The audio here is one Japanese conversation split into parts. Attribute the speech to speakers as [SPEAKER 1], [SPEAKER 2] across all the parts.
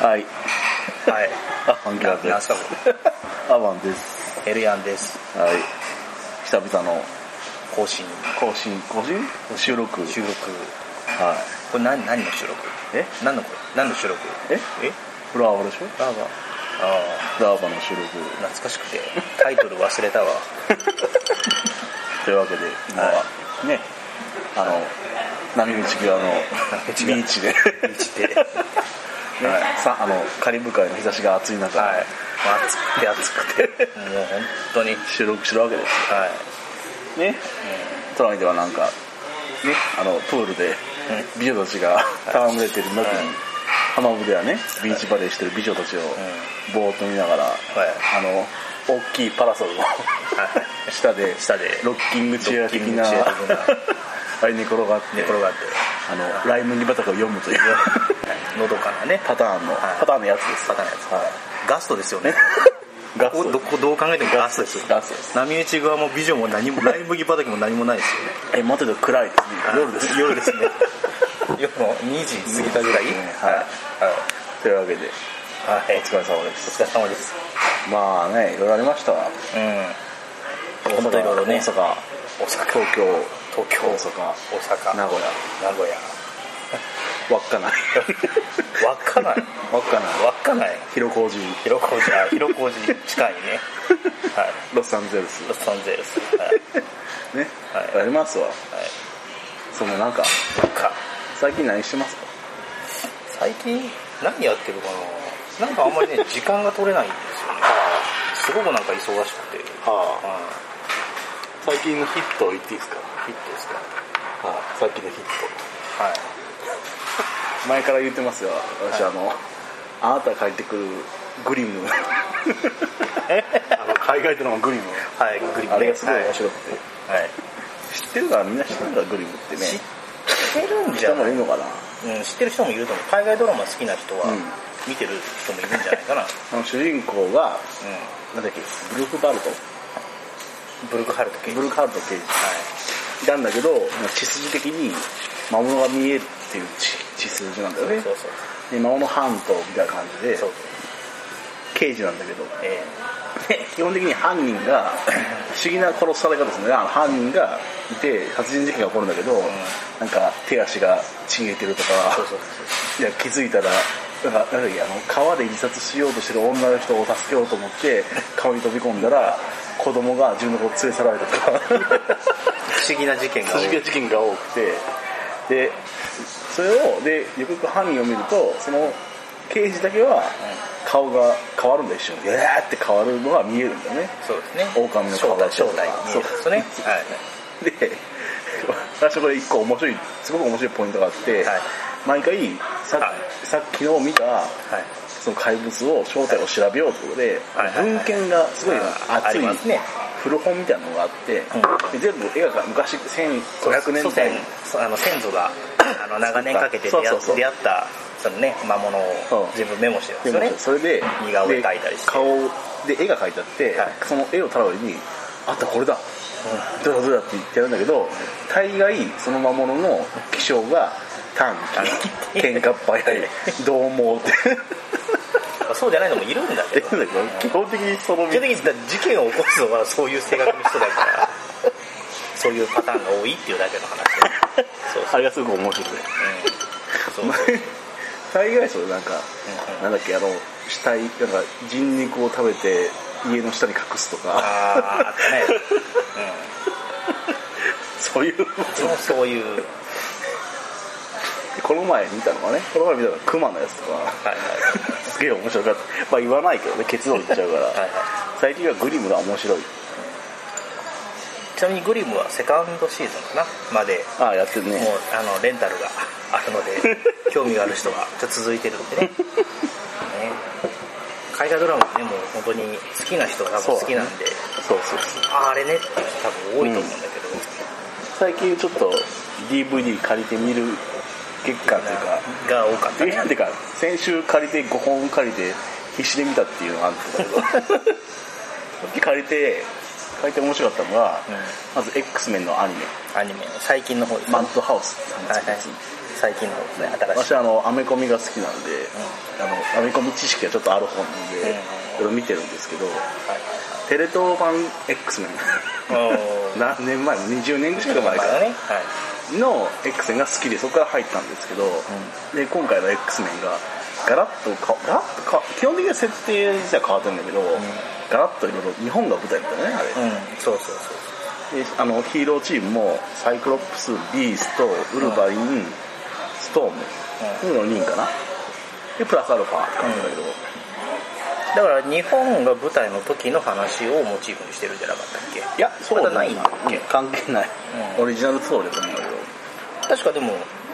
[SPEAKER 1] はい
[SPEAKER 2] はい
[SPEAKER 1] アバンギャー
[SPEAKER 2] な
[SPEAKER 1] で
[SPEAKER 2] ん
[SPEAKER 1] す
[SPEAKER 2] すかこ
[SPEAKER 1] アバンです
[SPEAKER 2] れエルヤンです
[SPEAKER 1] はい久々の
[SPEAKER 2] 更新
[SPEAKER 1] 更新更新収録
[SPEAKER 2] 収録
[SPEAKER 1] はい
[SPEAKER 2] これ何何の収録
[SPEAKER 1] え
[SPEAKER 2] 何のこれ何の収録
[SPEAKER 1] え
[SPEAKER 2] え
[SPEAKER 1] フラワーでしょ
[SPEAKER 2] あああ
[SPEAKER 1] フラワーの収録
[SPEAKER 2] あ懐かしくてタイトル忘れたわ
[SPEAKER 1] というわけで今は、
[SPEAKER 2] は
[SPEAKER 1] ねあの波打ち際の
[SPEAKER 2] 波打ち際
[SPEAKER 1] ビーチで、
[SPEAKER 2] ビーチで はい
[SPEAKER 1] はい、さあのカリブ海の日差しが暑い中、
[SPEAKER 2] 暑くて暑くてもう本当にはい
[SPEAKER 1] 収録してるわけですね、都内ではなんかねあのプールで美女たちが戯れてる中に、
[SPEAKER 2] はい
[SPEAKER 1] 浜辺ではねビーチバレーしてる美女たちをぼーっと見ながら、あの大きいパラソルの 下で
[SPEAKER 2] 下で
[SPEAKER 1] ロッキングチェア的な
[SPEAKER 2] ロッキングチェア
[SPEAKER 1] あれ寝転がって
[SPEAKER 2] 寝転がって
[SPEAKER 1] あのライ麦畑を読むという
[SPEAKER 2] のどかなね
[SPEAKER 1] パターンの、
[SPEAKER 2] はい
[SPEAKER 1] パターンのやつです
[SPEAKER 2] バカなやつ
[SPEAKER 1] は
[SPEAKER 2] ガストですよね
[SPEAKER 1] いガス
[SPEAKER 2] ここど
[SPEAKER 1] ト
[SPEAKER 2] こどう考えてもガストですよ
[SPEAKER 1] ガストです
[SPEAKER 2] 波打ち側も美女も何もライ麦畑も何もないですよね
[SPEAKER 1] え待ってて暗いですね夜です
[SPEAKER 2] あ夜ですね夜の2時過ぎたぐらい
[SPEAKER 1] うんはい というわけで
[SPEAKER 2] はい、はい
[SPEAKER 1] お疲れ様です
[SPEAKER 2] お疲れ様です
[SPEAKER 1] まあねいろいろありましたわ
[SPEAKER 2] うん本当いろいろね
[SPEAKER 1] 大阪
[SPEAKER 2] 大阪
[SPEAKER 1] 東京
[SPEAKER 2] 東京
[SPEAKER 1] 大阪
[SPEAKER 2] 大阪
[SPEAKER 1] 名古屋
[SPEAKER 2] 名古屋
[SPEAKER 1] 稚内
[SPEAKER 2] 稚内
[SPEAKER 1] 稚内
[SPEAKER 2] 稚内
[SPEAKER 1] 広小路
[SPEAKER 2] 広小路あ広小路近い ねはい
[SPEAKER 1] ロサンゼルス
[SPEAKER 2] ロサンゼルスはい
[SPEAKER 1] ね、
[SPEAKER 2] はい
[SPEAKER 1] やりますわ
[SPEAKER 2] はい
[SPEAKER 1] そのなんか
[SPEAKER 2] なんか
[SPEAKER 1] 最近何してますか
[SPEAKER 2] 最近何やってるかななんかあんまり ね時間が取れないんですよねすごくなんか忙しくて
[SPEAKER 1] はあ
[SPEAKER 2] は
[SPEAKER 1] 最近のヒット言っていいですか
[SPEAKER 2] いヒットですか
[SPEAKER 1] はい最近のヒッ
[SPEAKER 2] はい
[SPEAKER 1] ト前から言ってますよ私、
[SPEAKER 2] は
[SPEAKER 1] あのあなたが帰ってくるグリムあの 海外でのグリム
[SPEAKER 2] はい、グリムね
[SPEAKER 1] あれがすごい
[SPEAKER 2] はい
[SPEAKER 1] 面白くて、
[SPEAKER 2] はい、
[SPEAKER 1] 知ってるからみんな知ってるからグリムってね
[SPEAKER 2] 知ってるんじゃ
[SPEAKER 1] 人
[SPEAKER 2] な
[SPEAKER 1] もい
[SPEAKER 2] い、
[SPEAKER 1] るのかな
[SPEAKER 2] うん、知ってる人もいると思う海外ドラマ好きな人は
[SPEAKER 1] うん
[SPEAKER 2] 見てる人もいるんじゃないかな、うん、
[SPEAKER 1] あの主人公がなんだっけブルクバルト
[SPEAKER 2] ブルクハルト系
[SPEAKER 1] ブルクハルト刑事
[SPEAKER 2] はい
[SPEAKER 1] なんだけど、血筋的に魔物が見えるっていう血血筋なんだよね。
[SPEAKER 2] そうそう
[SPEAKER 1] で魔物半島みたいな感じで
[SPEAKER 2] そう、
[SPEAKER 1] 刑事なんだけど、
[SPEAKER 2] え
[SPEAKER 1] 基本的に犯人 が、不思議な殺され方ですね。あの犯人がいて、殺人事件が起こるんだけど、なんか手足がちぎれてると
[SPEAKER 2] え
[SPEAKER 1] か
[SPEAKER 2] そう、そうそ
[SPEAKER 1] いや気づいたら、なんかなんだっけあの川で自殺しようとしてる女の人を助けようと思って、川に飛び込んだら、子供が自分の子を連れ去られたとか。
[SPEAKER 2] う不思議な事件が多い
[SPEAKER 1] 筋が事件が多くてでそれをでよくよく犯人を見るとその刑事だけは顔が変わるんだよ一瞬ギャーって変わるのが見えるんだよね
[SPEAKER 2] そうですね
[SPEAKER 1] 狼の顔
[SPEAKER 2] 正
[SPEAKER 1] だった
[SPEAKER 2] 体
[SPEAKER 1] り
[SPEAKER 2] 正
[SPEAKER 1] とか
[SPEAKER 2] 体に見えるんですよねはい
[SPEAKER 1] で私これ一個面白いすごく面白いポイントがあって、
[SPEAKER 2] はい
[SPEAKER 1] 毎回さ,、
[SPEAKER 2] はい
[SPEAKER 1] さっきの見た
[SPEAKER 2] はい
[SPEAKER 1] その怪物を正体を調べようということで、
[SPEAKER 2] はいはいはい
[SPEAKER 1] 文献がすごい
[SPEAKER 2] ああ
[SPEAKER 1] 熱
[SPEAKER 2] り
[SPEAKER 1] い
[SPEAKER 2] ますね
[SPEAKER 1] 古本みたいなのがあって、
[SPEAKER 2] う
[SPEAKER 1] で全部絵が昔1500年
[SPEAKER 2] 祖
[SPEAKER 1] 代
[SPEAKER 2] 先そうあの先祖 があの長年かけて出
[SPEAKER 1] そう
[SPEAKER 2] 会
[SPEAKER 1] そうそう
[SPEAKER 2] 出会ったそのね魔物を
[SPEAKER 1] そう
[SPEAKER 2] 全部メモしてるんで
[SPEAKER 1] です
[SPEAKER 2] よ
[SPEAKER 1] も
[SPEAKER 2] ね
[SPEAKER 1] それで
[SPEAKER 2] 似顔絵
[SPEAKER 1] で
[SPEAKER 2] 描いたりして
[SPEAKER 1] 顔で絵が描いてあって、
[SPEAKER 2] はい
[SPEAKER 1] その絵を頼りに「あったこれだどれだどれだ」って言ってやるんだけど大概その魔物の気性が短気喧嘩っ早い獰猛 って
[SPEAKER 2] うんそうじゃないのもいるんだけ
[SPEAKER 1] 言
[SPEAKER 2] ど
[SPEAKER 1] うんだけど基本的にその
[SPEAKER 2] 基本的にだ事件を起こすのはそういう性格の人だから そういうパターンが多いっていうだけの話でそう
[SPEAKER 1] あ
[SPEAKER 2] そう、
[SPEAKER 1] れがすごく面白い
[SPEAKER 2] うん、そうそう
[SPEAKER 1] 大概それなんか、
[SPEAKER 2] うんうん
[SPEAKER 1] なんだっけあの死体なんか人肉を食べて家の下に隠すとか
[SPEAKER 2] あーあったね、
[SPEAKER 1] そういう
[SPEAKER 2] うん、そういう
[SPEAKER 1] この前見たのがねこの前見たのが熊のやつとか
[SPEAKER 2] はいは
[SPEAKER 1] すげえ面白かったまあ言わないけどね結論言っちゃうから
[SPEAKER 2] いはいはい
[SPEAKER 1] 最近はグリムが面白い
[SPEAKER 2] ちなみにグリムはセカンドシーズンかなまで
[SPEAKER 1] ああやってる
[SPEAKER 2] もう
[SPEAKER 1] ね
[SPEAKER 2] あのレンタルがあるので興味がある人はちょっと続いてるんでねね海外ドラマはねもう本当に好きな人が多分好きなんで、
[SPEAKER 1] そうそうそう
[SPEAKER 2] ああれねっていう人多分多いと思うんだけど、
[SPEAKER 1] 最近ちょっと DVD 借りて見る結果というか
[SPEAKER 2] が多かった
[SPEAKER 1] え
[SPEAKER 2] ね
[SPEAKER 1] なんていうか先週借りて5本借りて必死で見たっていうのがある んだけど借りて借りて面白かったのが、
[SPEAKER 2] うん
[SPEAKER 1] まず X メンのアニメ
[SPEAKER 2] アニメ最近の方で
[SPEAKER 1] 「
[SPEAKER 2] すね
[SPEAKER 1] マッドハウス」って話
[SPEAKER 2] はいはい最近のですね新しい
[SPEAKER 1] 私あのアメコミが好きなんで、あのアメコミ知識がちょっとある本で、これを見てるんですけどテレ東版 X メン
[SPEAKER 2] はいはい
[SPEAKER 1] 何年前20年近く前か
[SPEAKER 2] だ
[SPEAKER 1] ら
[SPEAKER 2] ね
[SPEAKER 1] の X メンが好きでそこから入ったんですけど、で今回の X メンがガラッとかガラッとか基本的な設定自体は変わってるんだけど、ガラッといろいろ日本が舞台だったよねあれ、
[SPEAKER 2] はい、うん、そうそうそう
[SPEAKER 1] であのヒーローチームもサイクロプスビーストウルヴァリン、ストーム、この4人かなでプラスアルファって感じだけど、
[SPEAKER 2] だから日本が舞台の時の話をモチーフにしてるんじゃなかったっけい
[SPEAKER 1] いやそう
[SPEAKER 2] ま
[SPEAKER 1] だ
[SPEAKER 2] たないんだっけ、
[SPEAKER 1] 関係ない、
[SPEAKER 2] うん
[SPEAKER 1] オリジナルストーリーだと思うんだけど
[SPEAKER 2] 確かでも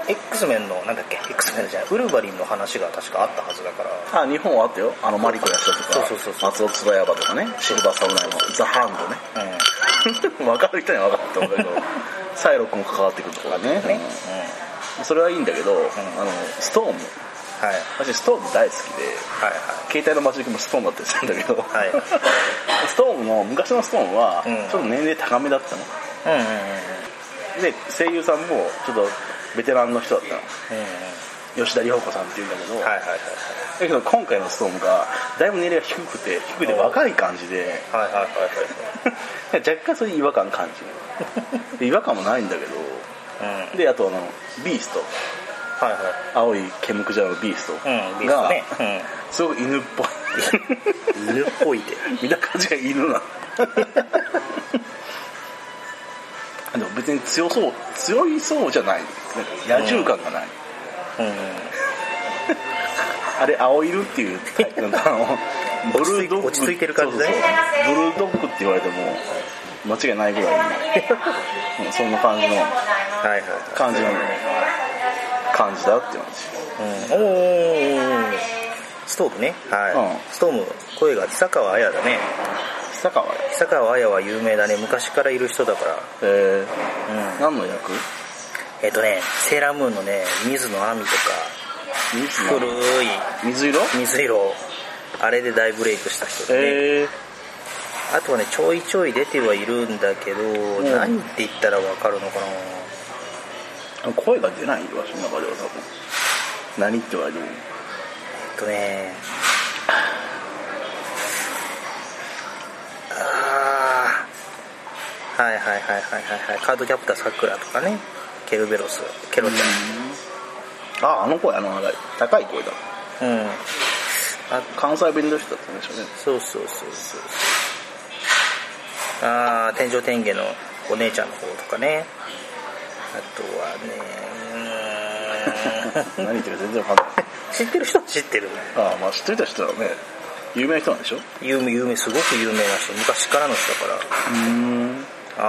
[SPEAKER 2] X メンのなんだっけ X メンじゃないウルヴァリンの話が確かあったはずだから
[SPEAKER 1] あ日本はあったよあのマリコやしたとか
[SPEAKER 2] そうそうそうそう
[SPEAKER 1] 松尾つばやばとかねシルバーサムライのザ・ハンドね
[SPEAKER 2] うん、うん
[SPEAKER 1] 分かる人には分かると思う けどサイロックも関わってくるとかね
[SPEAKER 2] ね
[SPEAKER 1] それはいいんだけど、あのストーム
[SPEAKER 2] はい
[SPEAKER 1] 私ストーム大好きで
[SPEAKER 2] はい
[SPEAKER 1] 携帯の待ち受けもストームだったりするんだけど、
[SPEAKER 2] はい
[SPEAKER 1] ストームの昔のストームは
[SPEAKER 2] うん
[SPEAKER 1] ちょっと年齢高めだったの、
[SPEAKER 2] はいうん
[SPEAKER 1] で声優さんもちょっとベテランの人だったの
[SPEAKER 2] うんうんうん
[SPEAKER 1] 吉田里帆子さんっていうんだけど、
[SPEAKER 2] うんはいはいはい
[SPEAKER 1] だけど今回のストームがだいぶ年齢が低くて低くて若い感じで
[SPEAKER 2] はいはいはいはい
[SPEAKER 1] 若干そういう違和感感じるで違和感もないんだけ
[SPEAKER 2] はい
[SPEAKER 1] どであとあのビースト
[SPEAKER 2] はいはい
[SPEAKER 1] 青い煙くじゃのビースト
[SPEAKER 2] うんビー
[SPEAKER 1] が、
[SPEAKER 2] ストね
[SPEAKER 1] すごく犬っぽい
[SPEAKER 2] 犬っぽいで
[SPEAKER 1] 見た感じが犬な でも別に強そう強いそうじゃないなんか野獣感がない、
[SPEAKER 2] うん
[SPEAKER 1] あれ青いるっていうタイプなんかあのブルードッグ
[SPEAKER 2] 落ち着いてる感じね
[SPEAKER 1] そうそうブルードッグって言われても間違いないぐらい、 うんそんな感じの
[SPEAKER 2] はいはい
[SPEAKER 1] 感じの感じだって感
[SPEAKER 2] はい、うん、おーおーおーストームねはい、
[SPEAKER 1] うん
[SPEAKER 2] ストーム声が久川綾だね
[SPEAKER 1] じ久川
[SPEAKER 2] 久川綾は有名だね昔からいる人だから
[SPEAKER 1] え
[SPEAKER 2] うん
[SPEAKER 1] ー、何の役
[SPEAKER 2] えっ、とね、セーラームーンのね、水野亜美とか、
[SPEAKER 1] 水
[SPEAKER 2] 古
[SPEAKER 1] の
[SPEAKER 2] い
[SPEAKER 1] 水色
[SPEAKER 2] 水色、あれで大ブレイクした人でね、
[SPEAKER 1] えー、
[SPEAKER 2] あとはね、ちょいちょい出てはいるんだけど、
[SPEAKER 1] ん
[SPEAKER 2] 何って言ったらわかるのかな
[SPEAKER 1] 声が出ないよ私の中では多分何って言われても
[SPEAKER 2] えっとね、あー、はいはいはいはいはい、はい、カードキャプターさくらとかね、ケルベロス、ケロちゃん。
[SPEAKER 1] ああの声あのあれ高い声だ
[SPEAKER 2] うん、あ
[SPEAKER 1] 関西弁の人だったんでしょうね
[SPEAKER 2] そうそうそうそうそうああ天上天下のお姉ちゃんの方とかね あとはね うーん
[SPEAKER 1] 何言ってるか全然わかんない
[SPEAKER 2] 知ってる人は知ってる
[SPEAKER 1] ああまあ知ってた人だね有名な人なんでしょ
[SPEAKER 2] 有名有名すごく有名な人昔からの人だから
[SPEAKER 1] うん
[SPEAKER 2] あ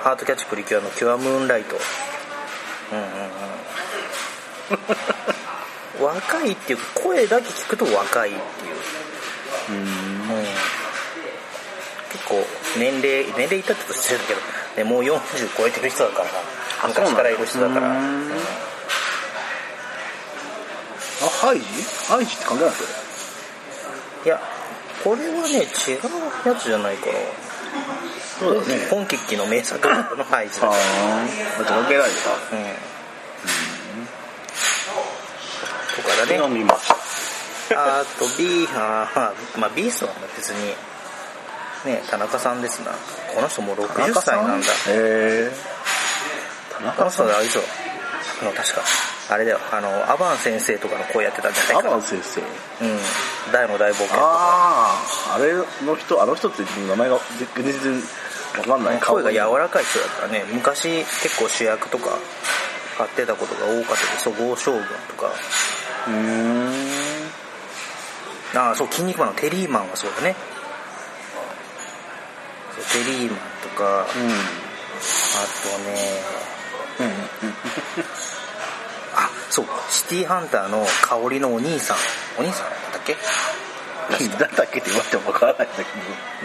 [SPEAKER 2] あハートキャッチプリキュアのキュアムーンライトうんうんうん 若いっていうか声だけ聞くと若いっていう
[SPEAKER 1] うん
[SPEAKER 2] うん結構年齢年齢いったってことしてるけど、ね、もう40超えてる人だから
[SPEAKER 1] あ
[SPEAKER 2] な昔からいる人だから
[SPEAKER 1] そうなんだうーんあハイジハイジって関係ないそれ
[SPEAKER 2] いやこれはね違うやつじゃないかな
[SPEAKER 1] そうだね
[SPEAKER 2] 今期の名作の配置だ
[SPEAKER 1] ああ関係ないか
[SPEAKER 2] うんとかだね
[SPEAKER 1] 今見ました
[SPEAKER 2] あと B あーまあビーストは別にね田中さんですなこの人もう60歳なんだ
[SPEAKER 1] へえ田
[SPEAKER 2] あの
[SPEAKER 1] 中さ
[SPEAKER 2] 人
[SPEAKER 1] ん
[SPEAKER 2] があれでしょあの確かあれだよあのアバン先生とかの声やってたんじゃない
[SPEAKER 1] ア
[SPEAKER 2] かな
[SPEAKER 1] バン先生
[SPEAKER 2] うん大の大冒険
[SPEAKER 1] あああれの人あの人って名前が全然わかんない
[SPEAKER 2] 声が
[SPEAKER 1] や
[SPEAKER 2] 柔らかい人だったね昔結構主役とか張ってたことが多かったけどそごう将軍とか
[SPEAKER 1] うー ん
[SPEAKER 2] ああそう筋肉マンのテリーマンはそうだねそうテリーマンとかあ
[SPEAKER 1] うん
[SPEAKER 2] とね
[SPEAKER 1] うん
[SPEAKER 2] あそうシティーハンターの香りのお兄さんお兄さんだったっけ
[SPEAKER 1] うんだったっけって言われてもわからないんだ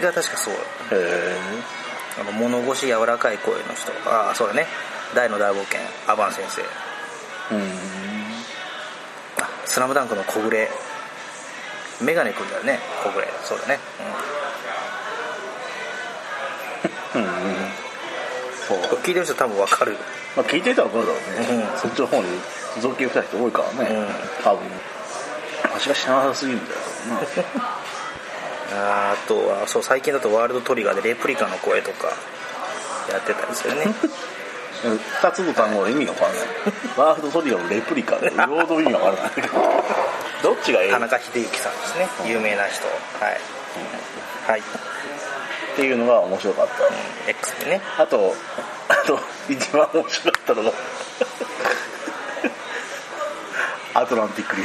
[SPEAKER 1] け
[SPEAKER 2] が確かそう
[SPEAKER 1] どへ
[SPEAKER 2] あの物腰柔らかい声の人ああそうだね大の大冒険アバン先生
[SPEAKER 1] えうん
[SPEAKER 2] あスラムダンクの小暮メガネくんだよね小暮そうだね、
[SPEAKER 1] うんうんそう
[SPEAKER 2] これ聞いてる人多分わかる
[SPEAKER 1] まあ、聞いてたら分かるだろうね、
[SPEAKER 2] うん
[SPEAKER 1] そっちの方に造形した人多いからね、
[SPEAKER 2] うん
[SPEAKER 1] 多分わしが知らなさすぎるんだよ多分な
[SPEAKER 2] あーあとはそう最近だとワールドトリガーでレプリカの声とかやってたりするね
[SPEAKER 1] 2つの単語の意味が分からないワールドトリガーのレプリカって両方意味が分からないどっちがええ
[SPEAKER 2] 田
[SPEAKER 1] っ
[SPEAKER 2] 中秀幸さんですね有名な人はい、はい、
[SPEAKER 1] ていうのが面白かっ
[SPEAKER 2] うん X でね
[SPEAKER 1] たあとあと一番面白かったのがアトランティック流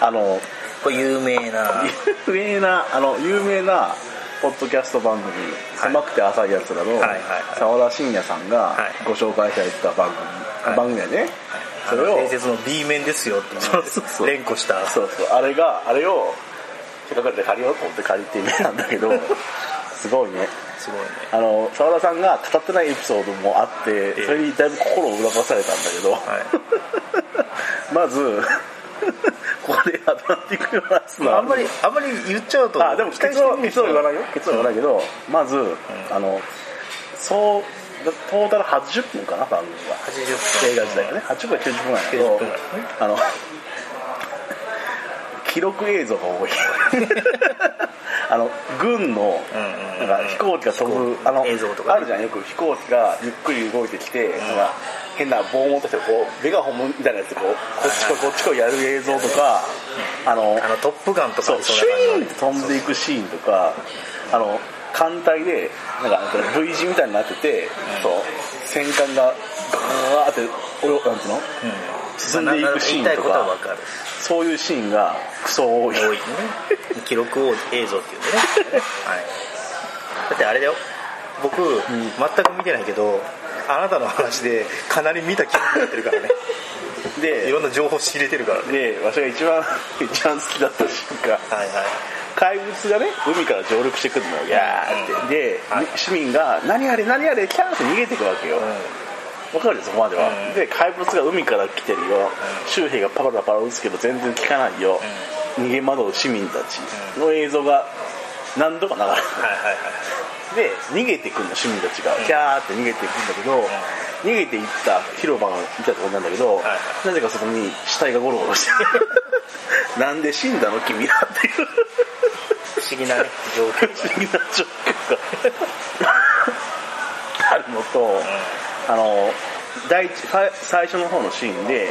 [SPEAKER 1] あの
[SPEAKER 2] これ有名な
[SPEAKER 1] 有名なあの有名なポッドキャスト番組「狭くて浅いやつら」の
[SPEAKER 2] はいはいはい
[SPEAKER 1] 澤田信也さんが
[SPEAKER 2] はい
[SPEAKER 1] ご紹介されてた番組、
[SPEAKER 2] はい
[SPEAKER 1] 番組やね、
[SPEAKER 2] あ
[SPEAKER 1] それ
[SPEAKER 2] の
[SPEAKER 1] を
[SPEAKER 2] 伝説の B 面ですよっていう
[SPEAKER 1] そうそうそう
[SPEAKER 2] 連呼した
[SPEAKER 1] そうそうあれがあれをせっかくだから借りようと思って借りてみたんだ けどすごいね
[SPEAKER 2] すごいね
[SPEAKER 1] あの澤田さんが語ってないエピソードもあって
[SPEAKER 2] ええ
[SPEAKER 1] それにだいぶ心を裏ばされたんだけど、まずここでアトランティックの話すのは
[SPEAKER 2] あん まりあんまり言っちゃうと
[SPEAKER 1] あでも結論結論言わないよ結論言わないけど、まず、あのそうトータル80分かな番組は
[SPEAKER 2] 80分
[SPEAKER 1] 映画時代がね80分か90分なんやけ
[SPEAKER 2] 90
[SPEAKER 1] ど
[SPEAKER 2] 分ぐらい
[SPEAKER 1] あの 記録映像が多い あの軍の
[SPEAKER 2] うんうんうん
[SPEAKER 1] なんか飛行機が飛ぶ
[SPEAKER 2] 飛行機
[SPEAKER 1] あの
[SPEAKER 2] 映像とかね
[SPEAKER 1] あるじゃんよく飛行機がゆっくり動いてきて、なんか変な棒を持ってきてこうメガホンみたいなやつでこうこっちこいこっちこいやる映像とかあの
[SPEAKER 2] あの「トップガン」とか
[SPEAKER 1] そ
[SPEAKER 2] あ
[SPEAKER 1] う
[SPEAKER 2] り
[SPEAKER 1] シ
[SPEAKER 2] な
[SPEAKER 1] ュイーンっ
[SPEAKER 2] 感
[SPEAKER 1] て飛んでいくシーンとかあの艦隊でなんかなんか V 字みたいになってて、そう戦艦がガーっておよなんていうの
[SPEAKER 2] じ
[SPEAKER 1] 進
[SPEAKER 2] の
[SPEAKER 1] んでいくシーンとか
[SPEAKER 2] 言いたいことは分かる
[SPEAKER 1] そういうシーンがクソ多い
[SPEAKER 2] 多いね記録映像っていうね、はい、だってあれだよ僕、全く見てないけどあなたの話でかなり見た記憶になってるからねい
[SPEAKER 1] で
[SPEAKER 2] ろんな情報仕入れてるからね
[SPEAKER 1] で私が一番 一番好きだったシーンが
[SPEAKER 2] はいはい
[SPEAKER 1] 怪物がね海から上陸してくるのよギャーってで、
[SPEAKER 2] はい
[SPEAKER 1] 市民が「何あれ何あれ」キャーって逃げていくわけよ、わかるよそこまでは、
[SPEAKER 2] うん
[SPEAKER 1] で怪物が海から来てるよ、周平がパラパラパラ打つけど全然効かないよ、逃げ惑う市民たちの映像が何度か流れて
[SPEAKER 2] はいはいはい
[SPEAKER 1] で逃げてくんの市民たちがキャーって逃げていくんだけど、逃げていった広場が見たところなんだけど、
[SPEAKER 2] い
[SPEAKER 1] なぜかそこに死体がゴロゴロしてる なんで死んだの君らっていう
[SPEAKER 2] 不思議なね情
[SPEAKER 1] 不
[SPEAKER 2] 景
[SPEAKER 1] 思議な状況があるのと、あの第一最最初の方のシーンで、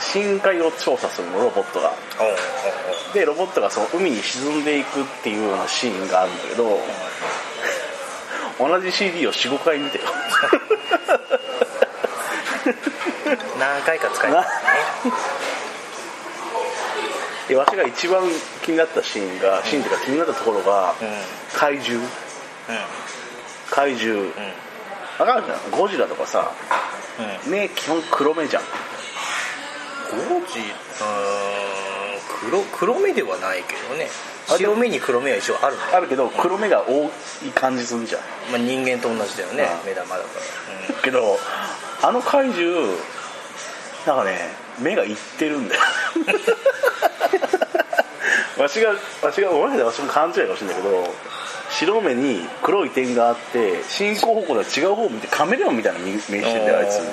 [SPEAKER 1] 深海を調査するのロボットが
[SPEAKER 2] おうおう
[SPEAKER 1] でロボットがその海に沈んでいくっていうようなシーンがあるんだけど、同じ CD を45回見てよ
[SPEAKER 2] おう何回か使えますね
[SPEAKER 1] でわしが一番気になったシーンが、シーンというか気になったところが、
[SPEAKER 2] うん
[SPEAKER 1] 怪獣怪獣、わかるじゃんゴジラとかさ
[SPEAKER 2] うんうん
[SPEAKER 1] 目基本黒目じゃん
[SPEAKER 2] ゴジうーん黒黒目ではないけどね白目に黒目は一応あるね、
[SPEAKER 1] あるけど黒目が多い感じするじゃん
[SPEAKER 2] まあ、人間と同じだよね、
[SPEAKER 1] うん
[SPEAKER 2] 目玉だから、
[SPEAKER 1] けどあの怪獣なんかね目がいってるんだよ わしがわしがお前らわしも勘違いかもしれないけど白目に黒い点があって進行方向では違う方を見てカメレオンみたいな目目してんだよあいつ
[SPEAKER 2] おー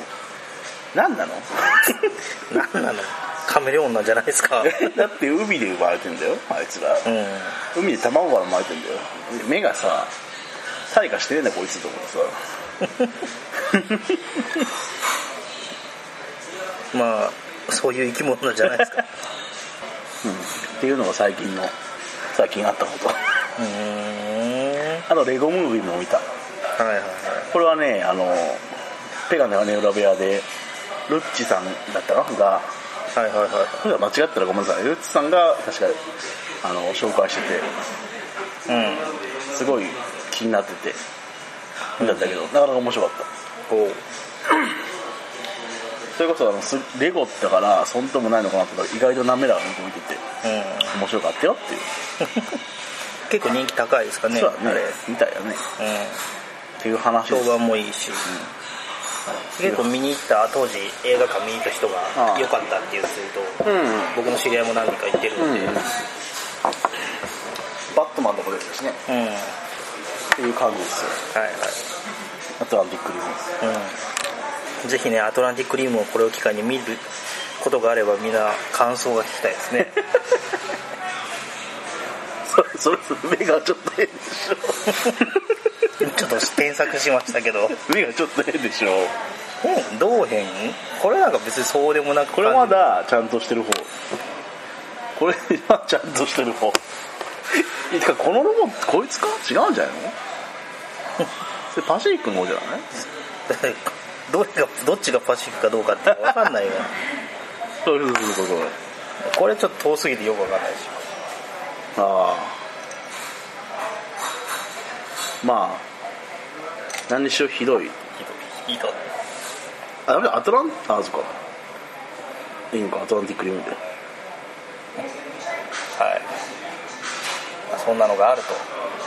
[SPEAKER 1] 何なの
[SPEAKER 2] うん、なんなのカメレオンなんじゃないですかう
[SPEAKER 1] だって海で生まれてんだよあいつら、
[SPEAKER 2] ん
[SPEAKER 1] 海で卵が生まれてんだよ目がさ退化してねえんだこいつと思ってさ
[SPEAKER 2] まあそういう生き物なんじゃないですか
[SPEAKER 1] っていうのが最近の最 近あったこと
[SPEAKER 2] うーん
[SPEAKER 1] あとレゴムービーも見た
[SPEAKER 2] はいはいはい
[SPEAKER 1] これはねあのペガネがね裏部屋でルッチさんだったかなが
[SPEAKER 2] はいはいは
[SPEAKER 1] これは間違ったらごめんなさいルッチさんが確かあの紹介してて
[SPEAKER 2] いはいうん
[SPEAKER 1] すごい気になってて見たんだけど、なかなか面白かった
[SPEAKER 2] こ
[SPEAKER 1] それこそあのすレゴだからそんともないのかなとか意外と滑らかに動いてて
[SPEAKER 2] う、うん、
[SPEAKER 1] 面白かったよっていう、
[SPEAKER 2] 結構人気高いですかね
[SPEAKER 1] そうだ
[SPEAKER 2] あ
[SPEAKER 1] ね
[SPEAKER 2] れ、
[SPEAKER 1] みたいだね
[SPEAKER 2] うん
[SPEAKER 1] っていう話で
[SPEAKER 2] 評
[SPEAKER 1] す
[SPEAKER 2] 判もいいし、結構見に行った当時映画館見に行った人
[SPEAKER 1] あ
[SPEAKER 2] が
[SPEAKER 1] あ
[SPEAKER 2] 良かったっていうツイート
[SPEAKER 1] う
[SPEAKER 2] を、
[SPEAKER 1] ん
[SPEAKER 2] 僕の知り合いも何人か言ってるんで、
[SPEAKER 1] うんバットマンのことですしね
[SPEAKER 2] うん
[SPEAKER 1] っていう感じですよ
[SPEAKER 2] はいはい
[SPEAKER 1] アトランティックリーム
[SPEAKER 2] うん、ぜひねアトランティックリームをこれを機会に見ることがあればみんな感想が聞きたいですね
[SPEAKER 1] それそれ目がちょっと変でし
[SPEAKER 2] ちょっと添削しましたけど
[SPEAKER 1] ょ目がちょっと変でしょ
[SPEAKER 2] 変どう変これなんか別にそうでもなく
[SPEAKER 1] これまだちゃんとしてる方これはちゃんとしてる方てかこのロボットこいつか違うんじゃないの それパシフィックの方じゃない
[SPEAKER 2] どれがどっちがパシフィックかどうかって分かんないよ
[SPEAKER 1] そうそうそうそう
[SPEAKER 2] これちょっと遠すぎてよく分かんないでしょ
[SPEAKER 1] ああまあ何にしろひどい
[SPEAKER 2] いいと
[SPEAKER 1] あダメだアトランあそっかいいのかアトランティックリムで
[SPEAKER 2] はい、まあそんなのがあると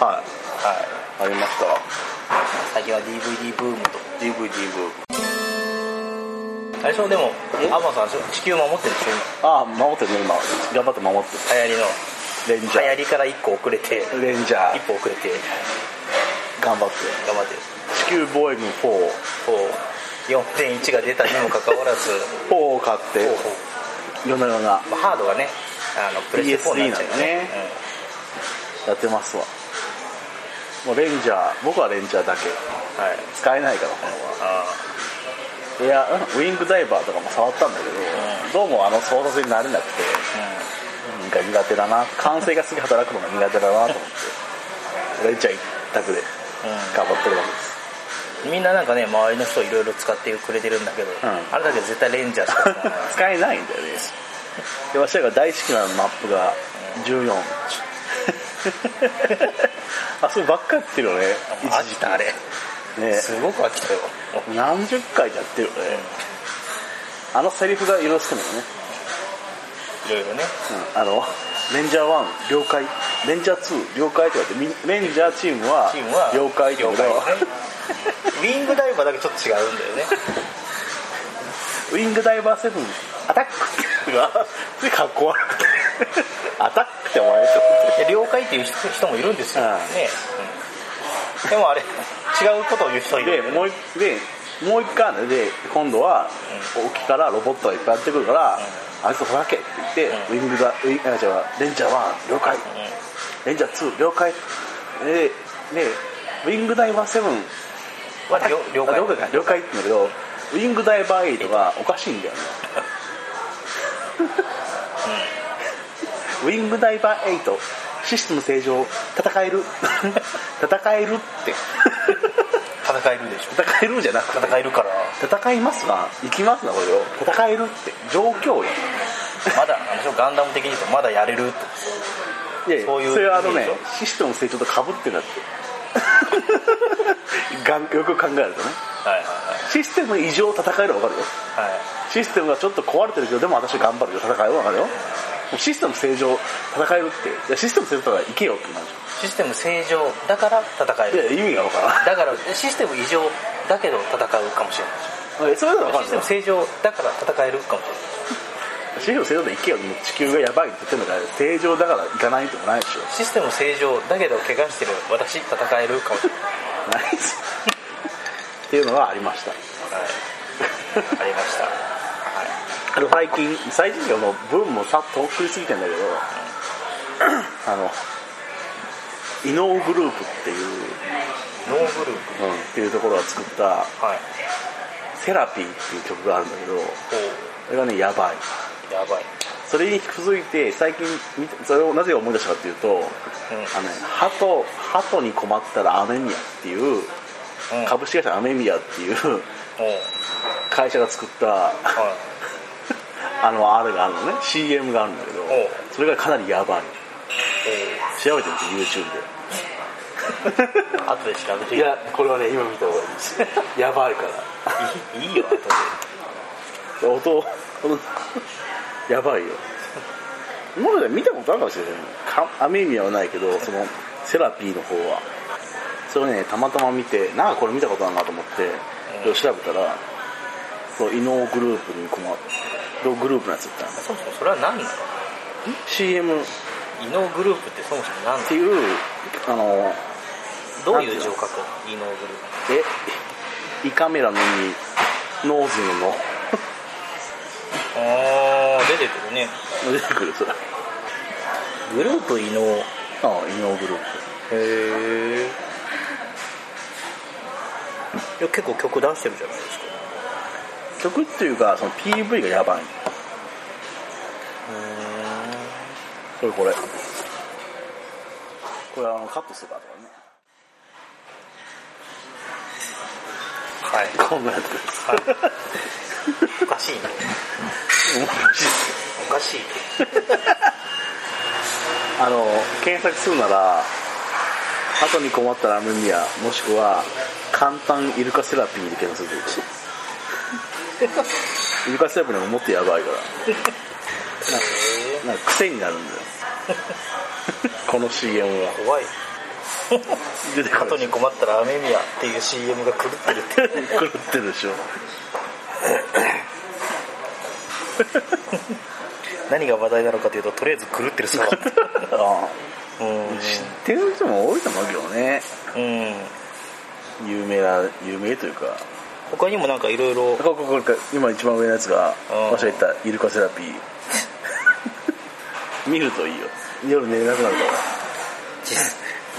[SPEAKER 1] は
[SPEAKER 2] は
[SPEAKER 1] い
[SPEAKER 2] い
[SPEAKER 1] ありました
[SPEAKER 2] 最近は DVD ブームと DVD ブームあれでしょでも
[SPEAKER 1] え
[SPEAKER 2] アマさんでしょ地球守ってるでしょ
[SPEAKER 1] ああ守ってるね今頑張って守って
[SPEAKER 2] 今流行りの
[SPEAKER 1] るレンジャ
[SPEAKER 2] 流行りから1個遅れて
[SPEAKER 1] ーレンジャ
[SPEAKER 2] 一
[SPEAKER 1] ー
[SPEAKER 2] 歩遅れて
[SPEAKER 1] 頑張って
[SPEAKER 2] 頑張ってる
[SPEAKER 1] 地球防衛軍4
[SPEAKER 2] こう4.1が出たにもかかわらず
[SPEAKER 1] 4を買って
[SPEAKER 2] こ
[SPEAKER 1] いろんなような
[SPEAKER 2] うまあ、ハードがねあのプレステ4になっちゃうからね
[SPEAKER 1] PS3 やってますわもうレンジャー僕はレンジャーだけ
[SPEAKER 2] うんはい
[SPEAKER 1] 使えないからこの
[SPEAKER 2] あ
[SPEAKER 1] いやうんウィングダイバーとかも触ったんだけど、どうもあの操作性になれなくて
[SPEAKER 2] あ
[SPEAKER 1] なんか苦手だな完成がすぐ働くのが苦手だな と思ってレンジャー一択で
[SPEAKER 2] う
[SPEAKER 1] 頑張ってるわけです
[SPEAKER 2] ん、うん、みんななんかね周りの人いろいろ使ってくれてるんだけど、
[SPEAKER 1] ん
[SPEAKER 2] あれだけ絶対レンジャーしか使わない
[SPEAKER 1] 使えないんだよねでわしらが大好きなマップが14 あそればっかやってるよね
[SPEAKER 2] 飽きたあれ
[SPEAKER 1] ね
[SPEAKER 2] すごく飽きたよ
[SPEAKER 1] 何十回やってるよねあのセリフが許してもね、
[SPEAKER 2] いろいろね
[SPEAKER 1] うん、あのレンジャー1了解レンジャー2了解って言われてみレンジャーチームは
[SPEAKER 2] チームは
[SPEAKER 1] 了解って言
[SPEAKER 2] 了
[SPEAKER 1] われて
[SPEAKER 2] 解ねウィングダイバーだけちょっと違うんだよね
[SPEAKER 1] ウィングダイバーセブンアタックっていうのがついかっこ悪 くてアタックって思われて
[SPEAKER 2] いや了解っていう人人もいるんですよ、
[SPEAKER 1] うん
[SPEAKER 2] ね、うんでもあれ違うことを言う人いる
[SPEAKER 1] でもう一でもう一回あるで今度は沖からロボットがいっぱいやってくるから、あいつをほらけって言って、ウィングダウィンあ違うレンジャー1了解、レンジャー2了解ででウィングダイバー7
[SPEAKER 2] は了了解
[SPEAKER 1] あ了解か了解って言うんだけどウィングダイバー8がおかしいんだよね、 ウィングダイバー8システム正常戦える戦えるって
[SPEAKER 2] 戦えるでしょ
[SPEAKER 1] 戦えるじゃなくて
[SPEAKER 2] 戦えるから
[SPEAKER 1] 戦いますが行きますなこれを戦えるって状況や
[SPEAKER 2] まだあのガンダム的に言うとまだやれると
[SPEAKER 1] いやいや
[SPEAKER 2] そういう
[SPEAKER 1] れはあの
[SPEAKER 2] 意
[SPEAKER 1] ね
[SPEAKER 2] 味で
[SPEAKER 1] システム成長とかぶってるんだって がんよく考えるとね
[SPEAKER 2] はいは
[SPEAKER 1] システム異常戦えるは分かるよ
[SPEAKER 2] いはい
[SPEAKER 1] システムがちょっと壊れてるけどでも私頑張るよ戦えるは分かるよもうシステム正常戦えるっていやシステム正常だから行けよってなる
[SPEAKER 2] システム正常だから戦える
[SPEAKER 1] じゃんいや意味が分から
[SPEAKER 2] だからシステム異常だけど戦うかもしれない
[SPEAKER 1] ん それなら分か
[SPEAKER 2] シ
[SPEAKER 1] るよ
[SPEAKER 2] ステム正常だから戦えるかもし
[SPEAKER 1] システム正常で行けよもう地球がやばいって言ってんだから正常だから行かないともないでしょ
[SPEAKER 2] れないシステム正常だけど怪我してる私戦えるかもしれない
[SPEAKER 1] な いですっていうのはありました
[SPEAKER 2] はいありましたはい
[SPEAKER 1] あの最近最近はもうブームもさっと送りすぎてんだけどあのイノーグループっていう、
[SPEAKER 2] ノーグループ
[SPEAKER 1] っていうところが作った
[SPEAKER 2] はい
[SPEAKER 1] 「セラピー」っていう曲があるんだけど
[SPEAKER 2] お
[SPEAKER 1] それがねやばい
[SPEAKER 2] ーやばい
[SPEAKER 1] それに基づいて最近見たそれをなぜ思い出したかっていうと、あのね鳩鳩に困ったらアメミヤっていう
[SPEAKER 2] うんうん
[SPEAKER 1] 株式会社アメミヤっていう
[SPEAKER 2] おー
[SPEAKER 1] 会社が作った
[SPEAKER 2] はい
[SPEAKER 1] あのあれがあるのね CM があるんだけど
[SPEAKER 2] おう
[SPEAKER 1] それがかなりやばい調べてみて YouTube で
[SPEAKER 2] おー後で調べて
[SPEAKER 1] い
[SPEAKER 2] い
[SPEAKER 1] やこれはね今見た方がいい ですやばいから
[SPEAKER 2] いいいよ後で
[SPEAKER 1] 音音やばいよ今まで見たことあるかもしれないかアメミヤはないけどそのセラピーの方はそれをねたまたま見てなんかこれ見たことあるなと思ってそれを調べたらそう異能グループに困るグループのやつだったんだ
[SPEAKER 2] そもそもそれは何なの
[SPEAKER 1] CM っ
[SPEAKER 2] 異能グループってそもそも何なの
[SPEAKER 1] ていうあの
[SPEAKER 2] どういう字を書くのイノーブル
[SPEAKER 1] え胃カメラのにノーズの
[SPEAKER 2] あー出てくるね
[SPEAKER 1] の出てくるそれあ
[SPEAKER 2] グループイノへ
[SPEAKER 1] あイノグルー
[SPEAKER 2] え結構曲出してるじゃないですか
[SPEAKER 1] プ曲っていうかその PV がやばいこれこれこれあのカットするからね
[SPEAKER 2] はい
[SPEAKER 1] こんなやつです
[SPEAKER 2] おかしいね
[SPEAKER 1] 面白いです
[SPEAKER 2] おかしい
[SPEAKER 1] あの検索するなら後に困ったラムニアもしくは簡単イルカセラピーで検索 するイルカセラピーの方がもっとやばいからなんか癖になるんだ よこの CM は
[SPEAKER 2] 怖い
[SPEAKER 1] 出て
[SPEAKER 2] 後に困ったら雨宮っていう CM が狂 ってるって
[SPEAKER 1] るでしょ狂ってるでしょ
[SPEAKER 2] 何が話題なのかというととりあえず狂ってるさ
[SPEAKER 1] あ
[SPEAKER 2] うん
[SPEAKER 1] あ知ってる人も多いと思うけどね
[SPEAKER 2] うん
[SPEAKER 1] 有名な有名というか
[SPEAKER 2] 他にもなんかいろいろ
[SPEAKER 1] ここここ今一番上のやつが
[SPEAKER 2] うん
[SPEAKER 1] 私が言ったイルカセラ ピー見るといいよ夜寝れなくなるから
[SPEAKER 2] 実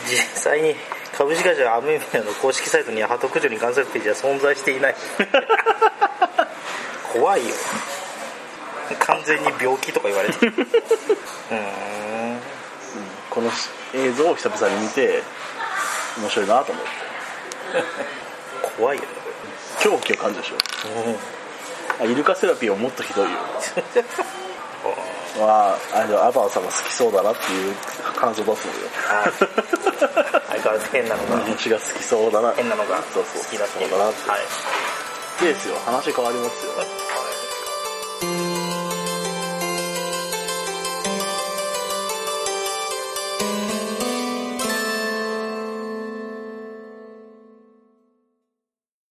[SPEAKER 2] 実 際に株式会社アメミヤの公式サイトにハト駆除に関するページは存在してい ない怖いよ完全に病気とか言われて るうーん
[SPEAKER 1] この映像を久々に見て面白いなと思って
[SPEAKER 2] 怖いよね
[SPEAKER 1] 狂気を感じるでしょ
[SPEAKER 2] これ、うん、
[SPEAKER 1] あイルカセラピーはもっとひどい よまああのアバンさんが好きそうだなっていう感想出すの よ
[SPEAKER 2] あ相変わらず変なのが
[SPEAKER 1] 虫が好きそうだな
[SPEAKER 2] 変なのが好
[SPEAKER 1] そうそう
[SPEAKER 2] きだっていう
[SPEAKER 1] そうだな
[SPEAKER 2] は
[SPEAKER 1] ってですよ話変わりますよ